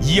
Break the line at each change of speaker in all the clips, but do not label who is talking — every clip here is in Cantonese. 以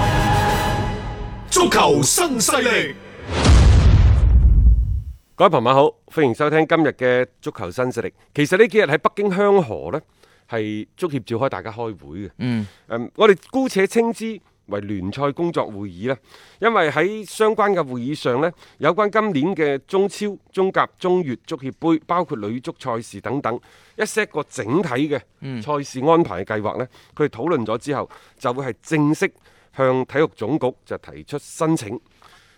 足球新勢力，
各位朋友好，歡迎收聽今日嘅足球新勢力。其實呢幾日喺北京香河呢，係足協召開大家開會嘅。嗯，我哋姑且稱之為聯賽工作會議啦，因為喺相關嘅會議上呢，有關今年嘅中超、中甲、中乙足協杯，包括女足賽事等等，一些個整體嘅賽事安排計劃呢，佢哋討論咗之後，就會係正式向體育總局就提出申請。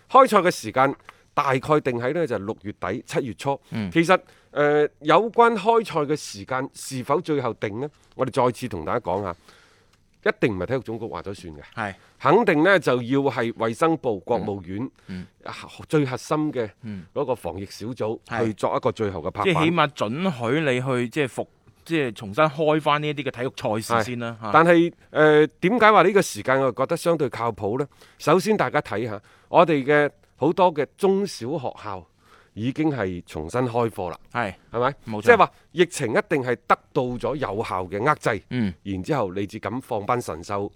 開賽嘅時間大概定喺呢就六月底七月初。
嗯
其實誒、呃有關開賽嘅時間是否最後定呢？我哋再次同大家講下，一定唔係體育總局話咗算嘅。
係
肯定呢就要係衛生部、國務院、
嗯
啊最核心嘅嗰個防疫小組、
係
去作一個最後嘅拍
即係
板
起。碼准許你去即係復，即係重新開翻呢一啲嘅體育賽事先啦嚇。
但係誒點解話呢個時間我覺得相對靠譜呢？首先大家睇下我哋嘅好多嘅中小學校已經係重新開課啦，
係
係咪？
冇錯
即係話疫情一定係得到咗有效嘅遏制，
嗯
然之後你至敢放班神獸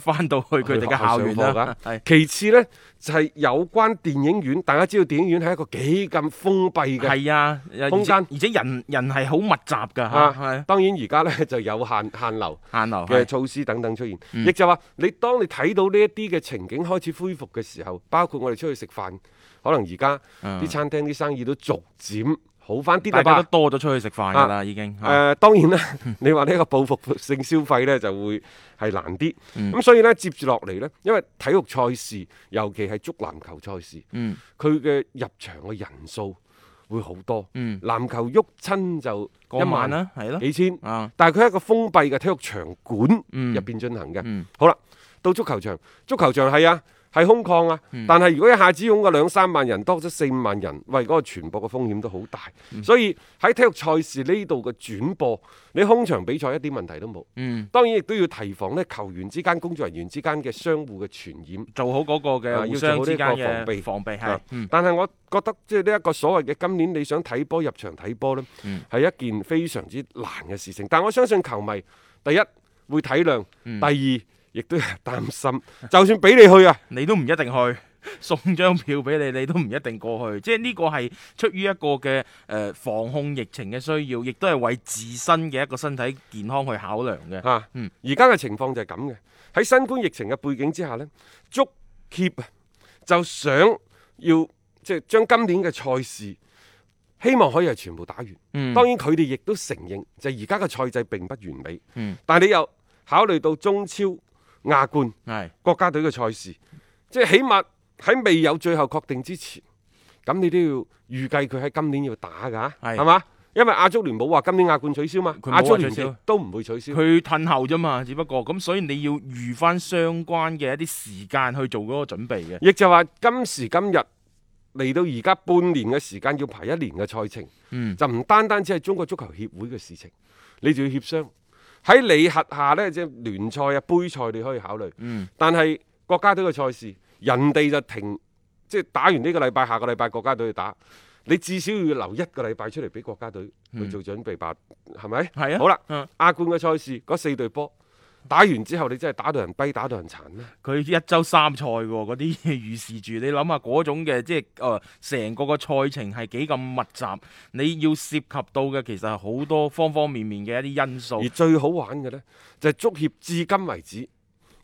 翻到去佢哋嘅校園啦，
㗎
係。
其次呢，就係、有關電影院，大家知道電影院係一個幾咁封閉嘅。
係啊，而
空間
而且人人係好密集㗎嚇，
啊
係，
當然而家呢就有限限流，
限流
嘅
哦係嗯
措施等等出現，亦就話你當你睇到呢一啲嘅情景開始恢復嘅時候，包括我哋出去食飯，可能而家啲餐廳啲生意都逐漸好翻啲啦
嗯大家
吧啊
都。多咗出去食飯㗎啦，已經
誒、
嚇
當然啦，你話呢一個報復性消費呢，就會係難啲。咁、
嗯
所以呢，接住落嚟呢，因為體育賽事，尤其係足籃球賽事，
嗯
佢嘅入場嘅人數會好多。
嗯
籃球喐親就
過
一
萬啦，係咯
幾千，
啊
但係佢係一個封閉嘅體育場館
嗯
入邊進行嘅。
嗯
好啦，到足球場，足球場係啊，係空曠啊，
嗯
但係如果一下子擁個兩三萬人，多咗四五萬人，喂，嗰、個傳播嘅風險都好大。
嗯
所以喺體育賽事呢度嘅轉播，你空場比賽一啲問題都冇。
嗯，
當然亦都要提防呢球員之間、工作人員之間嘅相互嘅傳染。
做好嗰個
啊要
嘅互
做好
相
呢
之間
個防備
嘅防備係
啊，
嗯
但係我覺得即係呢一個所謂嘅今年你想睇波入場睇波呢，係、一件非常之難嘅事情。但我相信球迷第一會體諒，第二亦都有擔心。就算俾你去啊，
你都唔一定去。送張票俾你， 你都唔一定過去，即係呢個係出於一個嘅誒、呃防控疫情嘅需要，亦都係為自身嘅一個身體健康去考量嘅。
啊，
嗯
而家嘅情況就係咁嘅。喺新冠疫情嘅背景之下呢，足協啊就想要即係將今年嘅賽事。希望可以係全部打完，
嗯
當然佢哋亦都承認，就係而家嘅賽制並不完美。
嗯
但係你又考慮到中超、亞冠、
係
國家隊嘅賽事，即係起碼喺未有最後確定之前，咁你都要預計佢喺今年要打㗎，
係
係嘛？因為亞足聯冇話今年亞冠取消嘛，
佢冇話
亞足聯
取消
亦都唔會取消。
佢褪後啫嘛，只不過咁，所以你要預翻相關嘅一啲時間去做嗰個準備嘅。
亦就話今時今日嚟到而家半年嘅時間，要排一年嘅賽程，
嗯
就唔單單只係中國足球協會嘅事情，你就要協商。喺你轄下呢，即係聯賽啊、杯賽你可以考慮，
嗯
但係國家隊嘅賽事，人哋就停，即係打完呢個禮拜，下個禮拜國家隊去打，你至少要留一個禮拜出嚟俾國家隊去做準備吧，係咪、
嗯係啊
好啦，
嗯
亞冠嘅賽事嗰四隊波打完之後，你真係打到人跛，打到人殘啦。
佢一周三賽喎，嗰啲 嘢預示住你諗下嗰種嘅即係誒成個個賽程係幾咁密集，你要涉及到嘅其實係好多方方面面嘅一啲因素
而。最好玩嘅呢，就係足協至今為止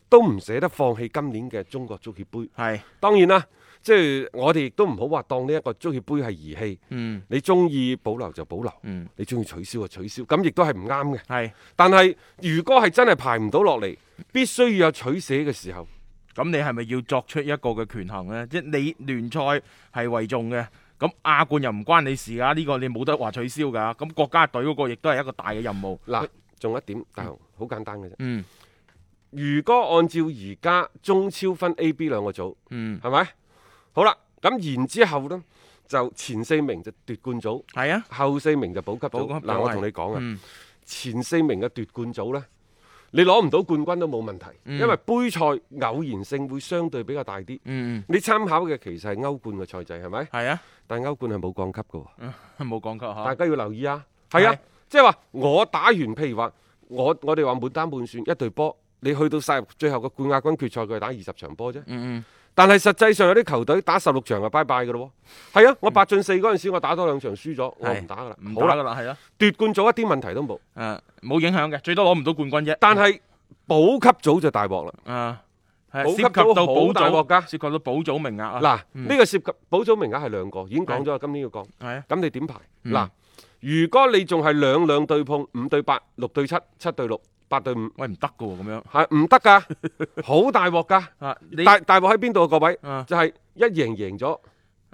都唔捨得放棄今年嘅中國足協杯。
係
當然啦，即係我哋亦都唔好話當呢一個足協杯係兒戲。
嗯
你中意保留就保留，
嗯
你中意取消就取消，咁亦都係唔啱嘅。
係，
但係如果係真係排唔到落嚟，必須要有取捨嘅時候。
咁你係咪要作出一個嘅權衡呢？即係你聯賽係為重嘅。咁亞冠又唔關你事㗎，呢、個你冇得話取消㗎。咁國家隊嗰個亦都係一個大嘅任務。
嗱，仲有一點，大雄好簡單嘅啫。
嗯
如果按照而家中超分 A、B 兩個組，
嗯，
係咪？好啦，咁然之後呢，就前四名就奪冠組，
係啊，
後四名就保級
保級
組。
組
嗱，我
係
同你講啊，
嗯
前四名嘅奪冠組呢，你攞唔到冠軍都冇問題，
嗯
因為杯賽偶然性會相對比較大啲。
嗯嗯，
你參考嘅其實係歐冠嘅賽制係咪？
係啊，
但歐冠係冇降級嘅喎，
冇講過
大
嚇。
家要留意啊。係啊
係，
即係話我打完，譬如話我我哋話滿打滿算一隊波，你去到殺入最後個冠亞軍決賽，佢係打二十場波啫。
嗯
但係實際上有啲球隊打十六場就拜拜嘅咯喎。係啊，我八進四嗰陣時，我打多兩場輸咗，我
嗯係
唔打噶啦
嗯，唔。
好
打
啦，
㗎啦，係咯，
奪冠組一啲問題都冇，
誒冇影響嘅，最多攞唔到冠軍啫。
但係保級組就大鑊啦。
啊，係
保
涉
級
及到
都
保
好大鑊㗎
組涉及到保組名額啊。
嗱，
嗯
呢個涉及保組名額係兩個，已經講咗啦，今年要降。
係啊，
咁你點排？
嗯
嗱、如果你仲係兩兩對碰，五對八、六對七、七對六、八對五，
喂唔得㗎喎，咁樣
係唔得㗎，好大鑊㗎！
啊，你
大大鑊喺邊度啊？各位，
啊
就係一贏贏咗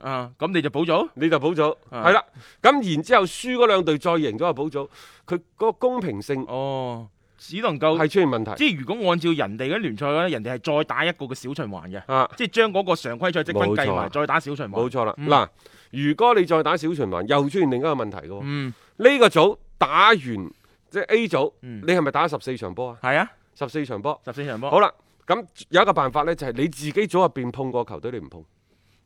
啊，咁你就保組
你就保組，
啊
係啦、咁然之後輸嗰兩隊再贏咗就保組，佢嗰個公平性
哦，只能夠
係出現問題
即係如果按照人哋嘅聯賽咧，人哋係再打一個嘅小循環嘅，
啊！
即係將嗰個常規賽積分
冇錯
計埋，再打小循
冇
環。
錯啦，
嗯
嗱、如果你再打小循環，又出現另一個問題嘅喎。呢、
嗯，
個組打完即係 A 組，
嗯
你係咪打十四場波啊？
係啊，
十四場波。
十四場波。
好啦，咁有一個辦法呢，就係、你自己組入邊碰過球隊，你唔碰，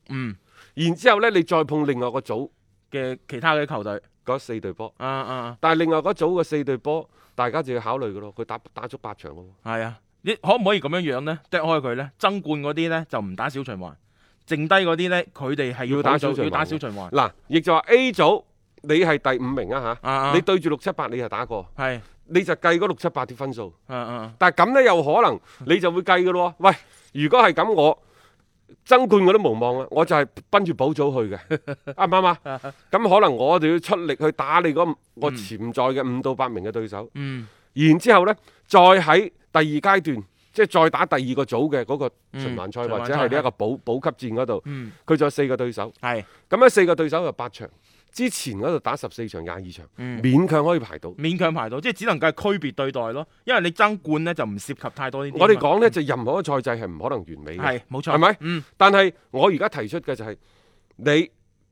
嗯
然之後呢，你再碰另外個組
嘅其他嘅球隊，
嗰四隊波，
啊啊，
但係另外嗰組嘅四隊波，大家就要考慮嘅咯，佢打打足八場嘅喎。
啊係啊，你可唔可以咁樣樣呢？剁開佢呢？爭冠嗰啲呢，就唔打小循環，剩低嗰啲呢，佢哋係
要
要
打
保
小循
組
環
要打小循環。
嗱，亦就話 A 組你係第五名啊嚇，
啊啊，
你對住六七八你係打過，
係
你就計嗰六七八啲分數。
啊啊，
但係咁呢，有可能你就會計嘅咯喎。喂，如果係咁，我爭冠我都無望啊，我就係奔住保組去嘅， 啱唔啱啊？咁可能我就要出力去打你嗰我潛在嘅五到八名嘅對手，
嗯
然之後呢，再喺第二階段。即係再打第二個組嘅嗰個循環賽，
嗯
或者
循環賽
係呢一個保保級戰嗰度，
嗯，
佢仲有四個對手。
係
咁咧四個對手就八場，之前嗰度打十四場、廿二場，
嗯
勉強可以排到。
勉強排到，即係只能夠係區別對待咯。因為你爭冠呢，就唔涉及太多呢啲啊嘛。
我哋講呢，就任何一個賽制係唔可能完美嘅，
係冇錯，
係咪
嗯
但係我而家提出嘅就係、你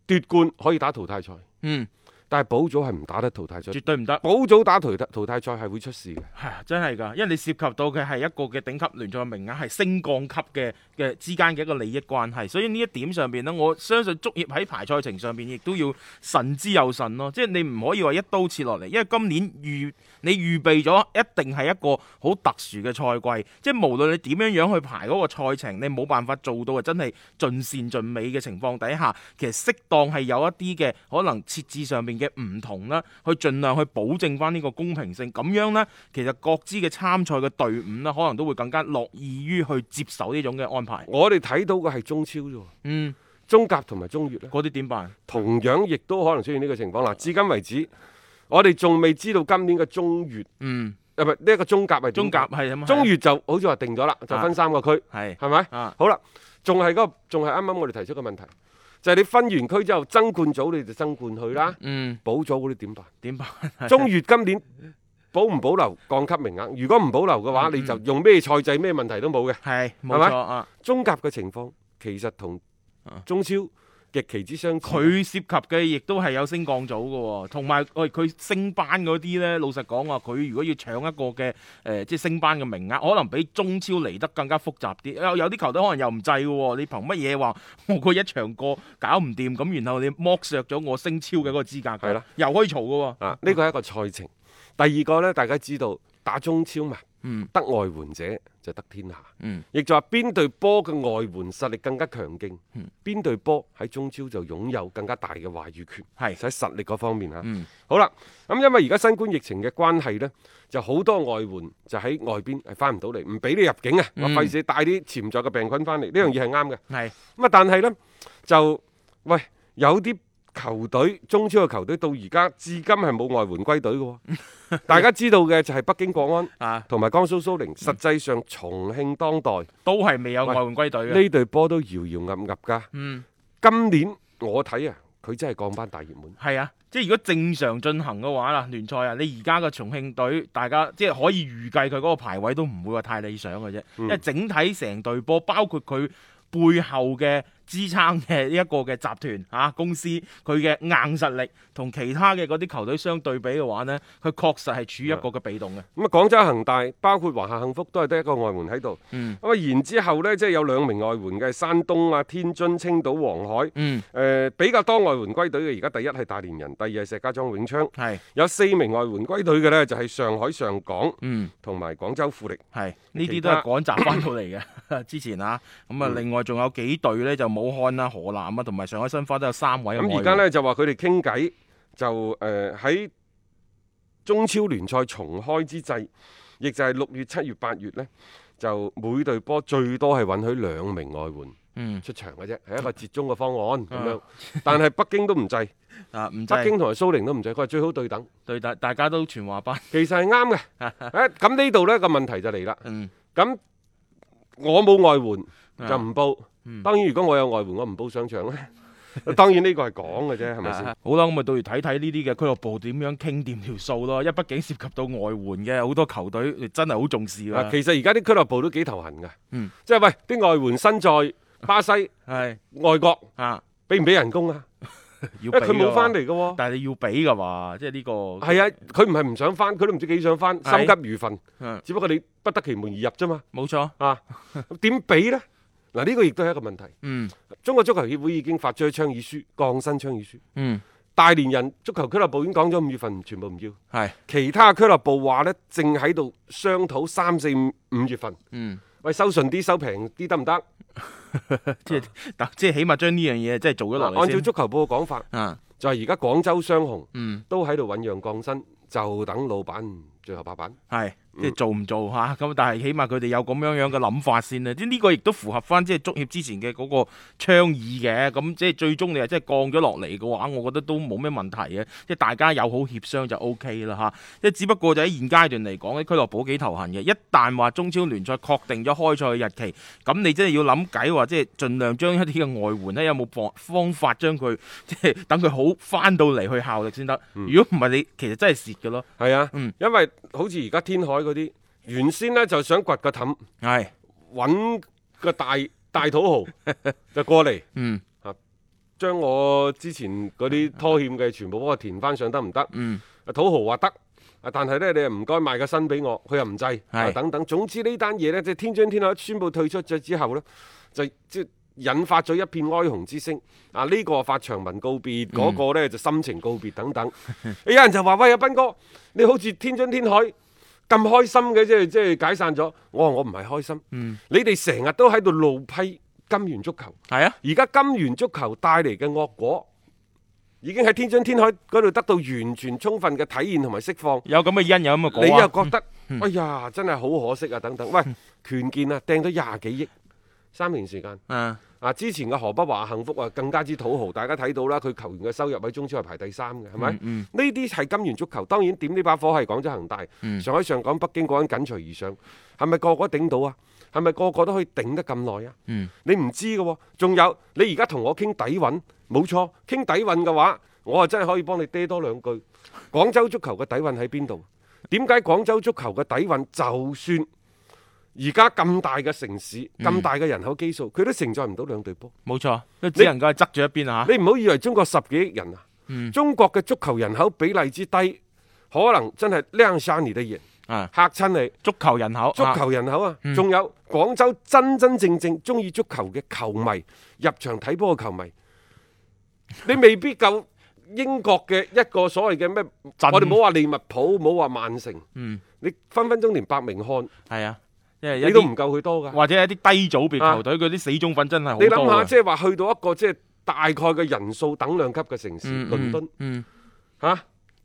奪冠可以打淘汰賽，
嗯，
但係保組係唔打得淘汰賽。
絕對唔得。
保組打淘汰淘汰賽係會出事嘅，
係啊真係㗎，因為你涉及到嘅係一個嘅頂級聯賽名額，係升降級嘅嘅之間嘅一個利益關係，所以呢一點上邊呢，我相信足協喺排賽程上邊亦都要慎之又慎咯，即係你唔可以話一刀切落嚟，因為今年預你預備咗一定係一個好特殊嘅賽季，即係無論你點樣樣去排嗰個賽程，你冇辦法做到啊真係盡善盡美嘅情況底下，其實適當係有一啲嘅可能設置上面嘅唔同啦，去盡量去保證翻呢個公平性，咁樣呢，其實各支嘅參賽嘅隊伍呢，可能都會更加樂意於去接受呢種嘅安排。
我哋睇到嘅係中超啫喎，
嗯，
中甲同埋中乙呢，
嗰啲點辦？
同樣亦都可能出現呢個情況。嗱，至今為止，我哋仲未知道今年嘅中乙，
嗯，
啊唔係呢一個中甲係點
中甲係咁啊，啊
中乙就好似話定咗啦，就分三個區，
係
係咪？
啊，
好啦，仲係嗰個仲係啱啱我哋提出嘅問題，就係、你分完區之後爭冠組你就爭冠去啦，
嗯，
保組嗰啲點 辦？
點辦？
中乙今年保唔保留降級名額？如果唔保留嘅話，
嗯嗯
你就用咩賽制咩問題都冇嘅。
係冇
係咪
錯啊，
中甲嘅情況其實同
啊
中超極其之相似。
佢涉及嘅亦都係有升降組嘅喎、同埋喂佢升班嗰啲呢，老實講話，佢如果要搶一個嘅誒、呃即係升班嘅名額，可能比中超嚟得更加複雜啲。有有啲球隊可能又唔制嘅喎，你憑乜嘢話我嗰一場過搞唔掂咁，然後你剝削咗我升超嘅嗰個資格？
係啦，
又可以嘈嘅喎。
啊，呢個係一個賽程。第二個呢，大家知道打中超嘛，
嗯
得外援者就得天下。
嗯，
亦就話邊隊波嘅外援實力更加強勁，
嗯
邊隊波喺中超就擁有更加大嘅話語權。
係嗯
喺實力嗰方面嚇。好啦，咁因為而家新冠疫情嘅關係呢，就好多外援就喺外邊係翻唔到嚟，唔俾你入境啊，我費事帶啲潛在嘅病菌翻嚟，呢樣嘢係啱嘅。
係
咁啊，但係呢，就喂有啲。球隊中超嘅球隊到而家至今係冇外援歸隊嘅 喎，大家知道嘅就係北京國安
啊，
同埋江蘇蘇寧，實際上重慶當代
都係啊未有外援歸隊嘅。
呢隊波都搖搖噏噏㗎。
嗯，
今年我睇啊，佢真係降班大熱門。
係啊，即係如果正常進行嘅話啦，聯賽啊，你而家嘅重慶隊，大家即係可以預計佢嗰個排位都唔會話太理想嘅啫，
嗯
因為整體成隊波，包括佢背後嘅支撐嘅呢一個嘅集團啊公司，佢嘅硬實力同其他嘅嗰啲球隊相對比嘅話呢，佢確實係處於一個嘅被動嘅。
咁啊，廣州恒大包括華夏幸福都係得一個外援喺度。
嗯
咁啊，然之後呢，即係有兩名外援嘅，山東啊、天津、青島、黃海。誒、
嗯，
比較多外援歸隊嘅，而家第一係大連人，第二係石家莊永昌，
係
有四名外援歸隊嘅呢，就係上海上港
嗯，
同埋廣州富力。
係
其
呢啲都係
他嗯
趕集翻到嚟嘅。之前啊，咁啊，另外仲有幾隊呢，就武漢啊、河南啊，同埋上海申花都有三位嘅
咁
啊外
而家
援
呢，就話佢哋傾偈，就誒喺、中超聯賽重開之際，亦就係六月、七月、八月呢，就每隊波最多係允許兩名外援
嗯
出場嘅啫，係一個折中嘅方案咁樣。但係北京都唔制，
啊，唔
北
制。
京同埋蘇寧都唔制，佢話最好對等，
對大大家都全華班，
其實係啱嘅。誒咁呢度呢個問題就嚟啦，
嗯，
咁我冇外援
啊
就唔報，
嗯
當然如果我有外援，我唔報上場 呢。當然呢個係講嘅啫，係咪先？
好啦，咁咪到時睇睇呢啲嘅俱樂部點樣傾掂條數咯，因為畢竟涉及到外援嘅好多球隊真係好重視
啊，
啦，
其實而家啲俱樂部都幾頭痕㗎，
嗯
即係喂啲外援身在巴西、
係
外國，
啊，
俾唔俾人工啊？
要
因
俾
為
㗎
佢冇翻嚟
喎，
嘅喎。
但係你要俾㗎嘛，即係呢個
係啊，佢唔係唔想翻，佢都唔知幾想翻，
係
心急如焚
嗯。
只不過你不得其門而入啫嘛，
冇錯，
啊，咁點俾呢？嗱，呢個亦都係一個問題。
嗯
中國足球協會已經發咗倡議書，降薪倡議書。
嗯
大連人足球俱樂部已經講咗五月份全部唔要，
係
其他俱樂部話呢，正喺度商討三四五五月份，
嗯，
喂收順啲、收平啲得唔得？
即係但即係起碼將呢樣嘢即係做咗落嚟
啊按照
先
足球報嘅講法，
啊，
就係而家廣州雙雄
嗯
都喺度醖釀降薪，就等老闆最後拍板。
係。即係做唔做吓咁，但係起碼佢哋有咁樣樣嘅諗法先啦。即係呢個亦都符合翻即係足協之前嘅嗰個倡議嘅。咁即係最終你係即係降咗落嚟嘅話，我覺得都冇咩問題嘅。即係大家友好協商就 O K 啦吓。即係只不過就喺現階段嚟講，啲俱樂部幾頭痕嘅。一旦話中超聯賽確定咗開賽嘅日期，咁你真係要諗計話，即係盡量將一啲嘅外援咧，有冇方方法將佢即係等佢好翻到嚟去效力先得。如果唔係你其實真係蝕嘅咯。
係啊，
嗯
因為好似而家天海嗰啲，原先呢就想掘個氹，
係，
揾個大大土 豪就過嚟，
嗯
啊，將我之前嗰啲拖欠嘅全部幫我填翻上得唔得？
嗯，
啊土豪話得。啊但係呢，你又唔該賣個身俾我，佢又唔制，啊等等。總之呢單嘢呢，即係天津天海宣布退出咗之後呢，就即係引發咗一片哀鴻之聲。啊，呢、個發長文告別，
嗯
嗰、個呢就深情告別等 等。有人就話：喂，阿斌哥，你好似天津天海咁開心嘅，即係即係解散咗。我話我唔係開心，你哋成日都喺度怒批金元足球。
係啊。
而家金元足球帶嚟嘅惡果，已經喺天津天海嗰度得到完全充分嘅體現同埋釋放。
有咁嘅因，有咁嘅果
你
啊
又覺得，哎呀，真係好可惜啊！等等，喂，權健啊，掟咗廿幾億，三年時間。
嗯
啊！之前嘅河北華夏幸福啊，更加之土豪，大家睇到啦，佢球員嘅收入喺中超係排第三嘅，係咪？呢啲係金元足球，當然點呢把火係廣州恒大、上海上港、北京嗰陣緊隨而上，係咪個個頂到啊？係咪個個都可以頂得咁耐啊？你唔知嘅喎，仲有你而家同我傾底韻，冇錯，傾底韻嘅話，我啊真係可以幫你嗲多兩句。廣州足球嘅底韻喺邊度？點解廣州足球嘅底韻就算？而家咁大嘅城市，咁大嘅人口基數，佢都承載唔到兩隊波。
冇錯，都只能夠係側住一邊啊！
你唔好以為中國十幾億人啊，
嗯
中國嘅足球人口比例之低，可能真係靚晒你嘅人
啊，
嚇親你。
足球人口，
足
啊
球人口啊，仲有廣州真真正正中意足球嘅球迷，入場睇波嘅球迷，你未必夠英國嘅一個所謂嘅咩？我哋唔好話利物浦，唔好話曼城，你分分鐘連伯明翰。
係啊，即嗯係一
你都
啲
唔夠佢多㗎。
或者一啲低組別球隊嗰啲死忠粉真係好
你
多
諗下，
㗎
即係話去到一個即係大概嘅人數等量級嘅城市，
嗯
倫敦
嗯，
嚇，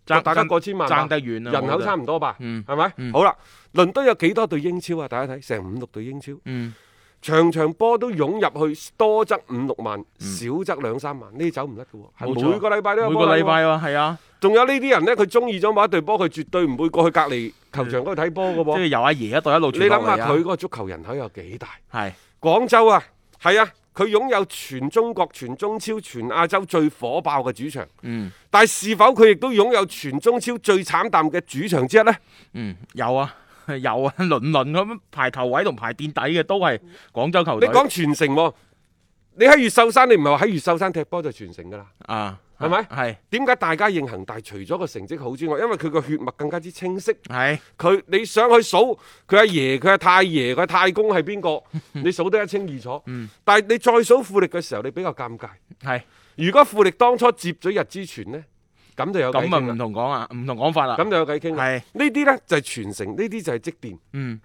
爭
大家
爭
過千萬吧
爭得遠啊，
人
我
口
覺得
差唔多吧，
嗯
係咪？
嗯
好啦，倫敦有幾多隊英超啊？大家睇，成五六隊英超，
嗯
場場波都湧入去，多則五六萬，少則兩三萬，呢啲走唔甩嘅喎。
嗯冇
係
錯
每個禮拜都有
每
波
個
打嘅
禮
喎
拜喎，係啊，
仲有呢啲人呢，佢中意咗某一隊波，佢絕對唔會過去隔離球場嗰度睇波嘅
即
喎。
係由阿爺一代一路
你
傳落
諗
嚟
下佢嗰個足球人口有幾大？
啊係
廣州啊，係啊，佢擁有全中國、全中超、全亞洲最火爆嘅主場。
嗯
但係是否佢亦都擁有全中超最慘淡嘅主場之一呢？
嗯有啊 有啊，輪輪咁排頭位同排墊底嘅都係廣州
你
球隊
講全城喎、你喺越秀山，你唔係話喺越秀山踢波就全城㗎啦。
啊，
係咪
係
點解大家認恒大除咗個成績好之外，因為佢個血脈更加之清晰。
係
佢你想去數佢阿爺、佢阿太爺、佢阿太公係邊 個，你數得一清二楚。
嗯
但係你再數富力嘅時候，你比較尷尬。
係
如果富力當初接咗日之泉呢，咁就有偈
咁啊
傾
唔
啦。
同講啊，唔同講法啦，
咁就有偈傾啦。
係
呢啲呢就係傳承，呢啲就係積澱。
嗯。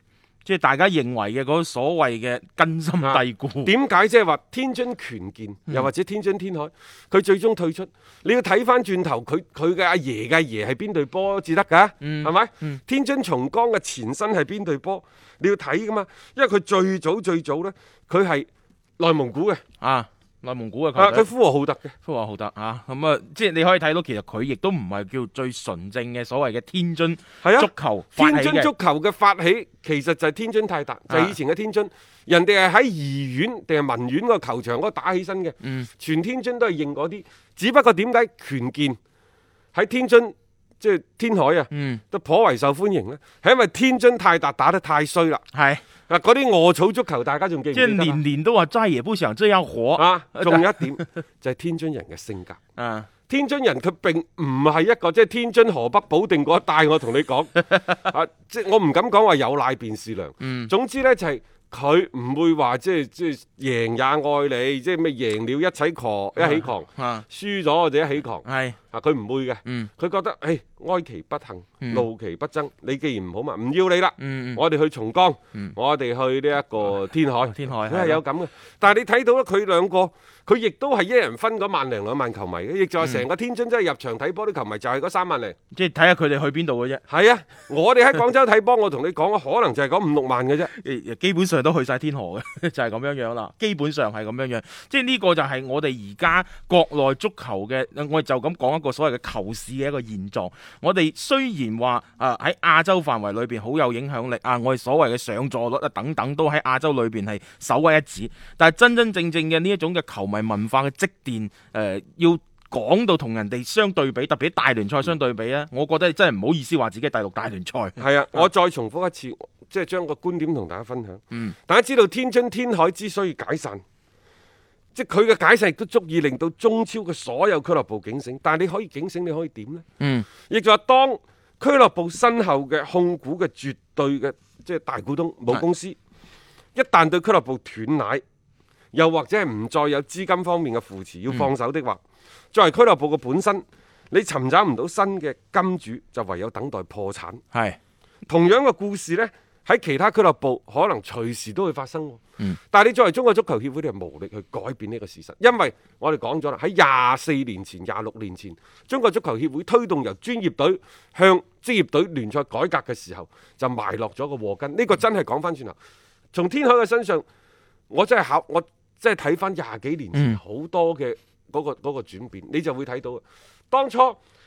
即係大家認為嘅嗰所謂嘅根深蒂固，
點解即係話天津權健，又或者天津天海，佢最終退出？你要睇翻轉頭，佢佢嘅阿爺嘅阿爺係邊隊波至得㗎？係咪？天津松江嘅前身係邊隊波？你要睇㗎嘛，因為佢最早最早呢，佢係內蒙古嘅，
啊，內蒙古嘅
啊
球隊
佢，呼和浩特嘅。
呼和浩特啊，咁啊，即係你可以睇到，其實佢亦都唔係叫最純正嘅所謂嘅天津
係啊
足球發起
天
嘅
津
啊
足球嘅發起其實就係天津泰達，就係以前嘅天津。人哋係喺怡園定係文苑個球場嗰度打起身嘅，
嗯
全天津都係認嗰啲。只不過點解權健喺天津即係天海啊，
嗯
都頗為受歡迎呢？係因為天津泰達打得太衰啦。
係，
嗱，嗰啲餓草足球大家仲記唔
即
記得
係
啊
年年都話齋爺不想這樣火
啊？仲有一點就係天津人嘅性格。
啊，
天津人佢並唔係一個即係天津河北保定嗰一帶，我同你 講啊，即係我唔敢講話有奶便是娘。
嗯
總之呢，就係佢唔會話即係即係贏也愛你，即係咩贏了一起狂一起狂，
啊，
輸咗我哋一起狂
係，
啊！佢唔會嘅，
嗯
佢覺得誒哀其不幸，
嗯
怒其不爭。你既然唔好嘛，唔要你啦，
嗯嗯
我哋去松江
嗯，哦
我哋去呢一個天海，
天海
佢
係啦
係有咁嘅。但係你睇到咧，佢兩個佢亦都係一人分嗰萬零兩萬球迷嘅，亦就
嗯
係成個天津真係入場睇波啲球迷就係嗰三萬零。
即係睇下佢哋去邊度嘅啫
係啊，我哋喺廣州睇波，我同你講，啊可能就係嗰五六萬嘅啫。
誒，基本上都去晒天河嘅， 就係咁樣樣啦。基本上係咁樣樣，即係呢個就係我哋而家國內足球嘅，我哋就咁講一個所謂嘅球市嘅一個現狀。我哋雖然話誒喺亞洲範圍裏邊好有影響力啊，我哋所謂嘅上座率啊等等都喺亞洲裏邊係首屈一指，但係真真正正嘅呢一種嘅球迷文化嘅積澱，誒、呃要。講到同人哋相對比，特別喺大聯賽相對比咧，我覺得真係唔好意思話自己係第六大聯賽。
係啊，我再重複一次，即係將個觀點同大家分享。
嗯
大家知道天津天海之所以解散，即係佢嘅解散亦都足以令到中超嘅所有俱樂部警醒。但係你可以警醒，你可以點呢？
嗯，
亦就係當俱樂部身後嘅控股嘅絕對嘅即係大股東母公司，一旦對俱樂部斷奶，又或者係唔再有資金方面嘅扶持，要放手的話，作為俱樂部嘅本身，你尋找唔到新嘅金主，就唯有等待破產。
係
同樣嘅故事呢，喺其他俱樂部可能隨時都會發生喎。但係你作為中國足球協會，你係無力去改變呢個事實，因為我哋講咗啦，喺廿四年前、廿六年前，中國足球協會推動由專業隊向職業隊聯賽改革嘅時候，就埋落咗個禍根。呢、個真係講翻轉頭，從天海嘅身上，我真係考，我真係睇翻廿幾年前好多嘅嗰、個嗰、個轉變，你就會睇到啊當初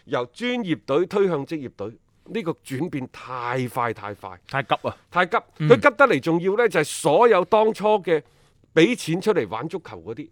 由專業隊推向職業隊，呢、個轉變太快太快。
太急啊！
太急，佢急得嚟，仲要呢就係所有當初嘅俾錢出嚟玩足球嗰啲，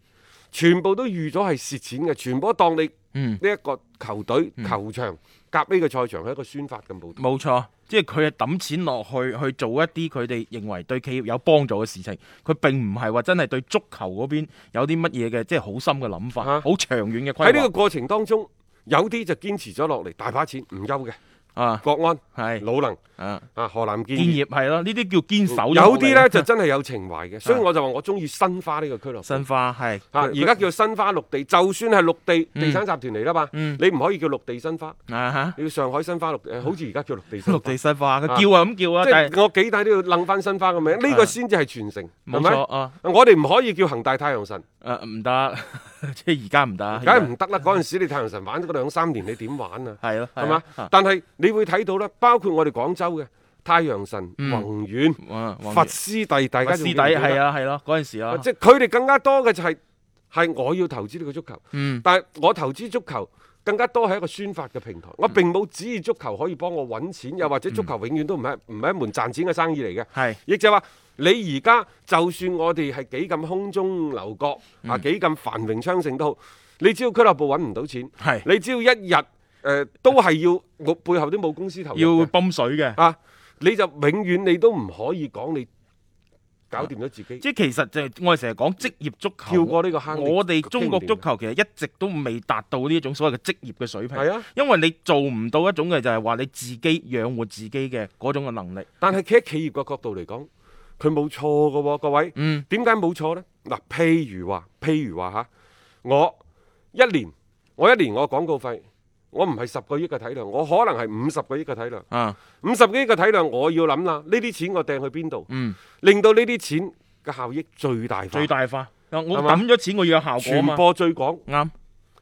全部都預咗係蝕錢嘅，全部都當你
嗯
呢一個球隊、球場甲 A 嘅賽場係一個宣發嘅舞台。
冇錯，即係佢係抌錢落去去做一啲佢哋認為對企業有幫助嘅事情，佢並唔係話真係對足球嗰邊有啲乜嘢嘅即係好深嘅諗法，
啊
好長遠嘅規劃。
喺呢個過程當中，有啲就堅持咗落嚟，大把錢唔憂嘅，
啊，
國安、
係
魯能
啊，
啊、河南建
建業係咯，呢啲叫堅守。
有啲呢就真係有情懷嘅，所以我就話我中意申花呢個俱樂部。
申花係
啊！而家叫申花綠地，就算係綠地
嗯
地產集團嚟啦嘛，
嗯
你唔可以叫綠地申花，
啊哈
你要上海申花綠地，呃好似而家叫綠地申花
綠地申花，佢
啊
叫啊咁叫啊，
即
但係
係我幾大都要楞翻申花嘅名，呢
啊
個先至係傳承，係
冇
咪
錯？啊，
我哋唔可以叫恒大太陽神，
誒啊唔得， 即係而家唔得，
梗係唔得啦！嗰陣時你太陽神玩咗嗰兩三年，你點玩啊？
係咯，
係
係
嘛
啊？
但係你會睇到咧，包括我哋廣州嘅太陽神、
嗯
宏遠、
啊
佛師弟，大家
佛
仲
師弟
記唔記得
係，啊係咯，嗰陣時咯，
即係佢哋更加多嘅就係係我要投資呢個足球，
嗯
但係我投資足球。更加多係一個宣發嘅平台，
嗯
我並冇指意足球可以幫我揾錢，又或者足球永遠都唔係唔係一門賺錢嘅生意嚟嘅。
係
亦就係話，你而家就算我哋係幾咁空中樓閣
嗯
啊，幾咁繁榮昌盛都好，你只要俱樂部揾唔到錢，
係
你只要一日誒、呃都係要我背後都冇公司投入
要
嘅
泵水嘅。
啊，你就永遠你都唔可以講你搞掂咗自己，
即係其實就係我哋成日講職業足球，
跳過呢個坑你
我哋中國
傾唔掂
足球其實一直都未達到呢一種所謂嘅職業嘅水平。
係啊，
因為你做唔到一種嘅就係話你自己養活自己嘅嗰種嘅能力。
但係企喺企業嘅角度嚟講，佢冇錯嘅喎，各位。
嗯
點解冇錯呢？嗱，譬如話，譬如話嚇，我一年我一年我廣告費，我唔係十個億嘅體量，我可能係五十個億嘅體量，
啊，
五十個億嘅體量我要諗啦，呢啲錢我掟去邊度，
嗯，
令到呢啲錢嘅效益最大化，
最大化。我
啊係嘛
抌咗錢，我要有效果
傳
啊嘛。
播最廣。
啱，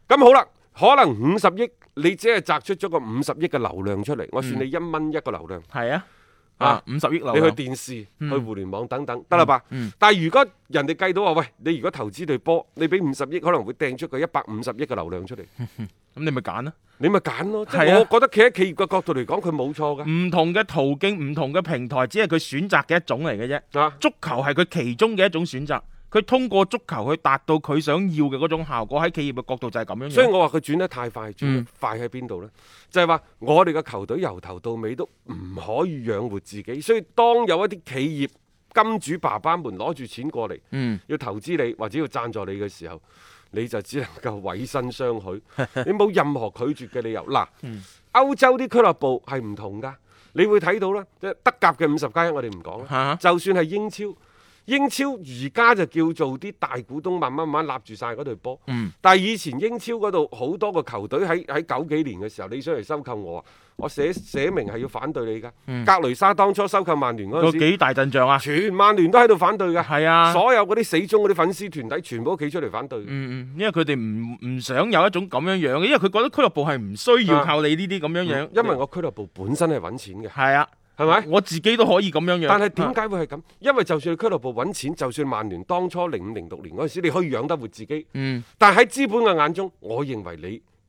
咁好啦，可能五十億你只係擲出咗個五十億嘅流量出嚟，我算你一蚊一個流量。
係啊，
啊
啊，五十億
你
流
去
量
電視、
嗯
去互聯網等等，得啦吧？
嗯
但係如果人哋計到話，喂，你如果投資對波，你俾五十億，可能會掟出個一百五十億嘅流量出嚟，
咁你咪揀啦。
你咪揀啊咯。即
嗯係啊
係我覺得企喺企業嘅角度嚟講，佢冇錯㗎。
唔同嘅途徑、唔同嘅平台，只係佢選擇嘅一種嚟嘅啫。
啊，
足球係佢其中嘅一種選擇，佢通過足球去達到佢想要嘅嗰種效果。喺企業嘅角度就係咁樣樣。
所以我話佢轉得太快，轉得
嗯
快喺邊度呢？就係話我哋嘅球隊由頭到尾都唔可以養活自己，所以當有一啲企業金主爸爸們攞住錢過嚟，
嗯
要投資你或者要贊助你嘅時候，你就只能夠委身相 許，你冇任何拒絕嘅理由。嗱，
嗯
歐洲啲俱樂部係唔同㗎，你會睇到啦，即係德甲嘅五十加一我哋唔講
嚇
啦，就算係英超。英超而家就叫做啲大股東慢慢慢慢立住晒嗰隊波，
嗯
但係以前英超嗰度好多個球隊喺喺九幾年嘅時候，你想嚟收購我啊，我寫寫明係要反對你㗎。格雷沙當初收購曼聯嗰
有
陣時，
嗯幾大陣仗啊！
全曼聯都喺度反對㗎。
係啊，
所有嗰啲死忠嗰啲粉絲團體全部都企出嚟反對。
嗯嗯，因為佢哋唔唔想有一種咁樣樣嘅，因為佢覺得俱樂部係唔需要
啊
靠你呢啲咁樣樣，
因為我俱樂部本身係揾錢嘅，
係啊，
係咪？
我自己都可以咁樣樣。
但係點
啊？
解會係咁？因為就算你俱樂部揾錢，就算曼聯當初零五零六年嗰陣時，你可以養得活自己，
嗯，
但係喺資本嘅眼中，我認為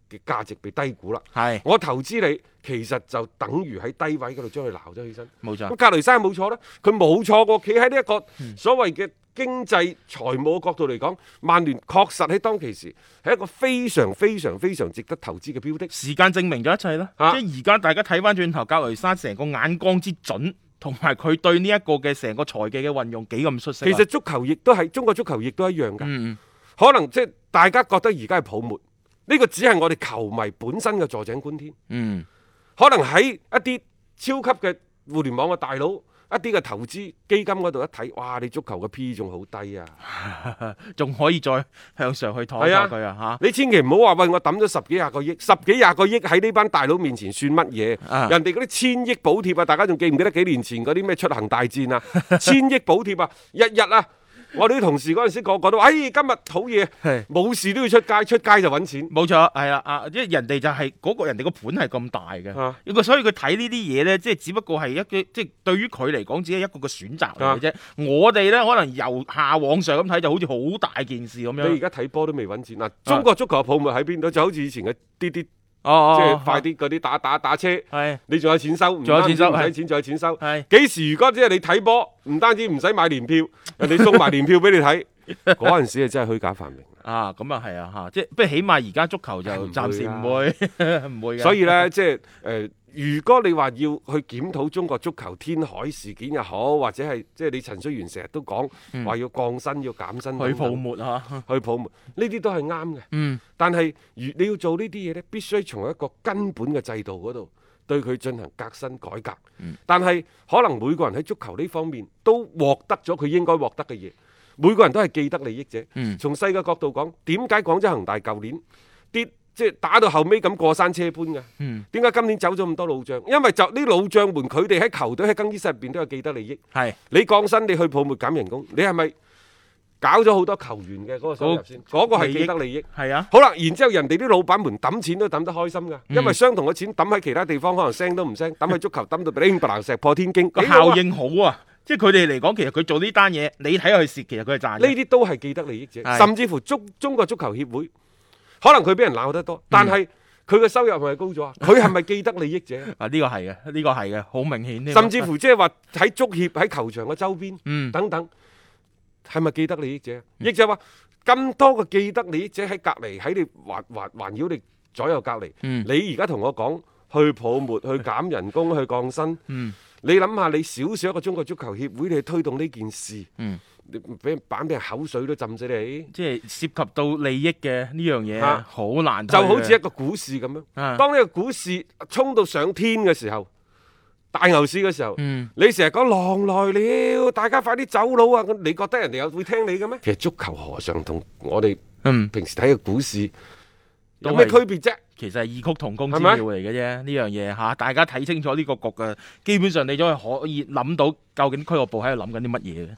你嘅價值被低估啦。
係
我投資你，其實就等於喺低位嗰度將佢鬧咗起身。
冇
咁
錯，
格雷沙冇錯啦，佢冇錯過，企喺呢一個
嗯
所謂嘅經濟財務嘅角度嚟講，曼聯確實喺當其時係一個非常非常非常值得投資嘅標的。
時間證明咗一切啦。
啊
即係而家大家睇翻轉頭，格雷沙成個眼光之準，同埋佢對呢一個嘅成個財技嘅運用幾咁出色啊。
其實足球亦都係中國足球亦都一樣㗎，
嗯，嗯
可能即係大家覺得而家係泡沫，呢、個只係我哋球迷本身嘅坐井觀天。
嗯，
可能喺一啲超級嘅互聯網嘅大佬。一啲嘅投資基金嗰度一睇，哇！你足球嘅 P 仲好低啊！
仲可以再向上去抬
係啊
下佢啊
你千祈唔好話喂，我抌咗十幾廿個億，十幾廿個億喺呢班大佬面前算乜嘢？
啊
人哋嗰啲千億補貼啊，大家仲記唔記得幾年前嗰啲咩出行大戰 啊？千億補貼啊，日日啊，我哋啲同事嗰陣時個個都話：，哎，今日好嘢
係，
冇事都要出街，出街就揾錢。
冇錯，係啦啊，即係人哋就係、嗰、個人哋個盤係咁大嘅，
啊
咁所以佢睇呢啲嘢呢，即係只不過係一個即係對於佢嚟講，只係一個個選擇
啊
嚟嘅啫。我哋呢，可能由下往上咁睇，就好似好大件事咁
你
樣。
而家睇波都未揾
啊
錢嗱，中國足球嘅泡沫喺邊度？就好似以前嘅啲啲，即
哦哦，
係快啲嗰啲打打打車，
係
你仲有錢收，唔
仲有
單
錢
止
收
唔使
係
錢，仲有錢收。
係
幾時如果即係你睇波，唔單止唔使買年票，人哋送埋年票俾你 睇，嗰陣時啊真係虛假繁榮。
啊，咁啊係啊嚇，即係不過起碼而家足球就
唔會
暫時唔會 唔會嘅。
所以呢，即係誒、呃如果你話要去檢討中國足球天海事件又好，或者係即係你陳戌源成日都講話要降薪、要減薪等等
佢泡沫啊嚇，
去泡沫，呢啲都係啱嘅。
嗯
但係如你要做呢啲嘢呢，必須從一個根本嘅制度嗰度對佢進行革新改革。但係可能每個人喺足球呢方面都獲得咗佢應該獲得嘅嘢，每個人都係既得利益者。從世界角度講，點解廣州恒大舊年跌？即係打到後尾咁過山車般嘅，點解今年走咗咁多老將？因為就啲老將們佢哋喺球隊喺更衣室入邊都有既得利益。
係
你降薪，你去泡沫減人工，你係咪搞咗好多球員嘅嗰個收入先？嗰個係既得利益。
係啊，
好啦，然之後人哋啲老闆們揼錢都揼得開心㗎，因為相同嘅錢揼喺其他地方可能聲都唔聲，揼喺足球揼到乒乓石破天驚，
個
幾好啊
效應好啊！即係佢哋嚟講，其實佢做呢單嘢，你睇佢蝕，其實佢係賺
呢
嘅。
啲都係既得利益者，
係
甚至乎足中國足球協會，可能佢俾人鬧得多，但係佢嘅收入係咪高咗啊？佢係咪既得利益者？
啊，呢個係嘅，呢個係嘅，好明顯呢個。
甚至乎即係話喺足協喺球場嘅周邊、
嗯
等等，係咪既得利益者？亦就係話咁多個既得利益者喺隔離，喺你環環環繞你左右隔離。
嗯
你而家同我講去泡沫、 去減人工、去降薪，
嗯
你諗下你少少一個中國足球協會，你去推動呢件事，
嗯
你俾人板俾人口水都浸死你。
即係涉及到利益嘅呢樣嘢
啊，
好難推
就
嘅。
好似一個股市咁樣，
啊
當呢個股市衝到上天嘅時候，大牛市嘅時候，
嗯
你成日講狼來了，大家快啲走佬啊！咁你覺得人哋有會聽你嘅咩？其實足球何嘗同我哋
嗯，
平時睇嘅股市有
都
咩
係
區別啫？
其實係異曲同工之
係咪
妙嚟嘅啫，呢樣嘢嚇，大啊家睇清楚呢個局嘅，基本上你都係可以諗到究竟俱樂部喺度諗緊啲乜嘢嘅。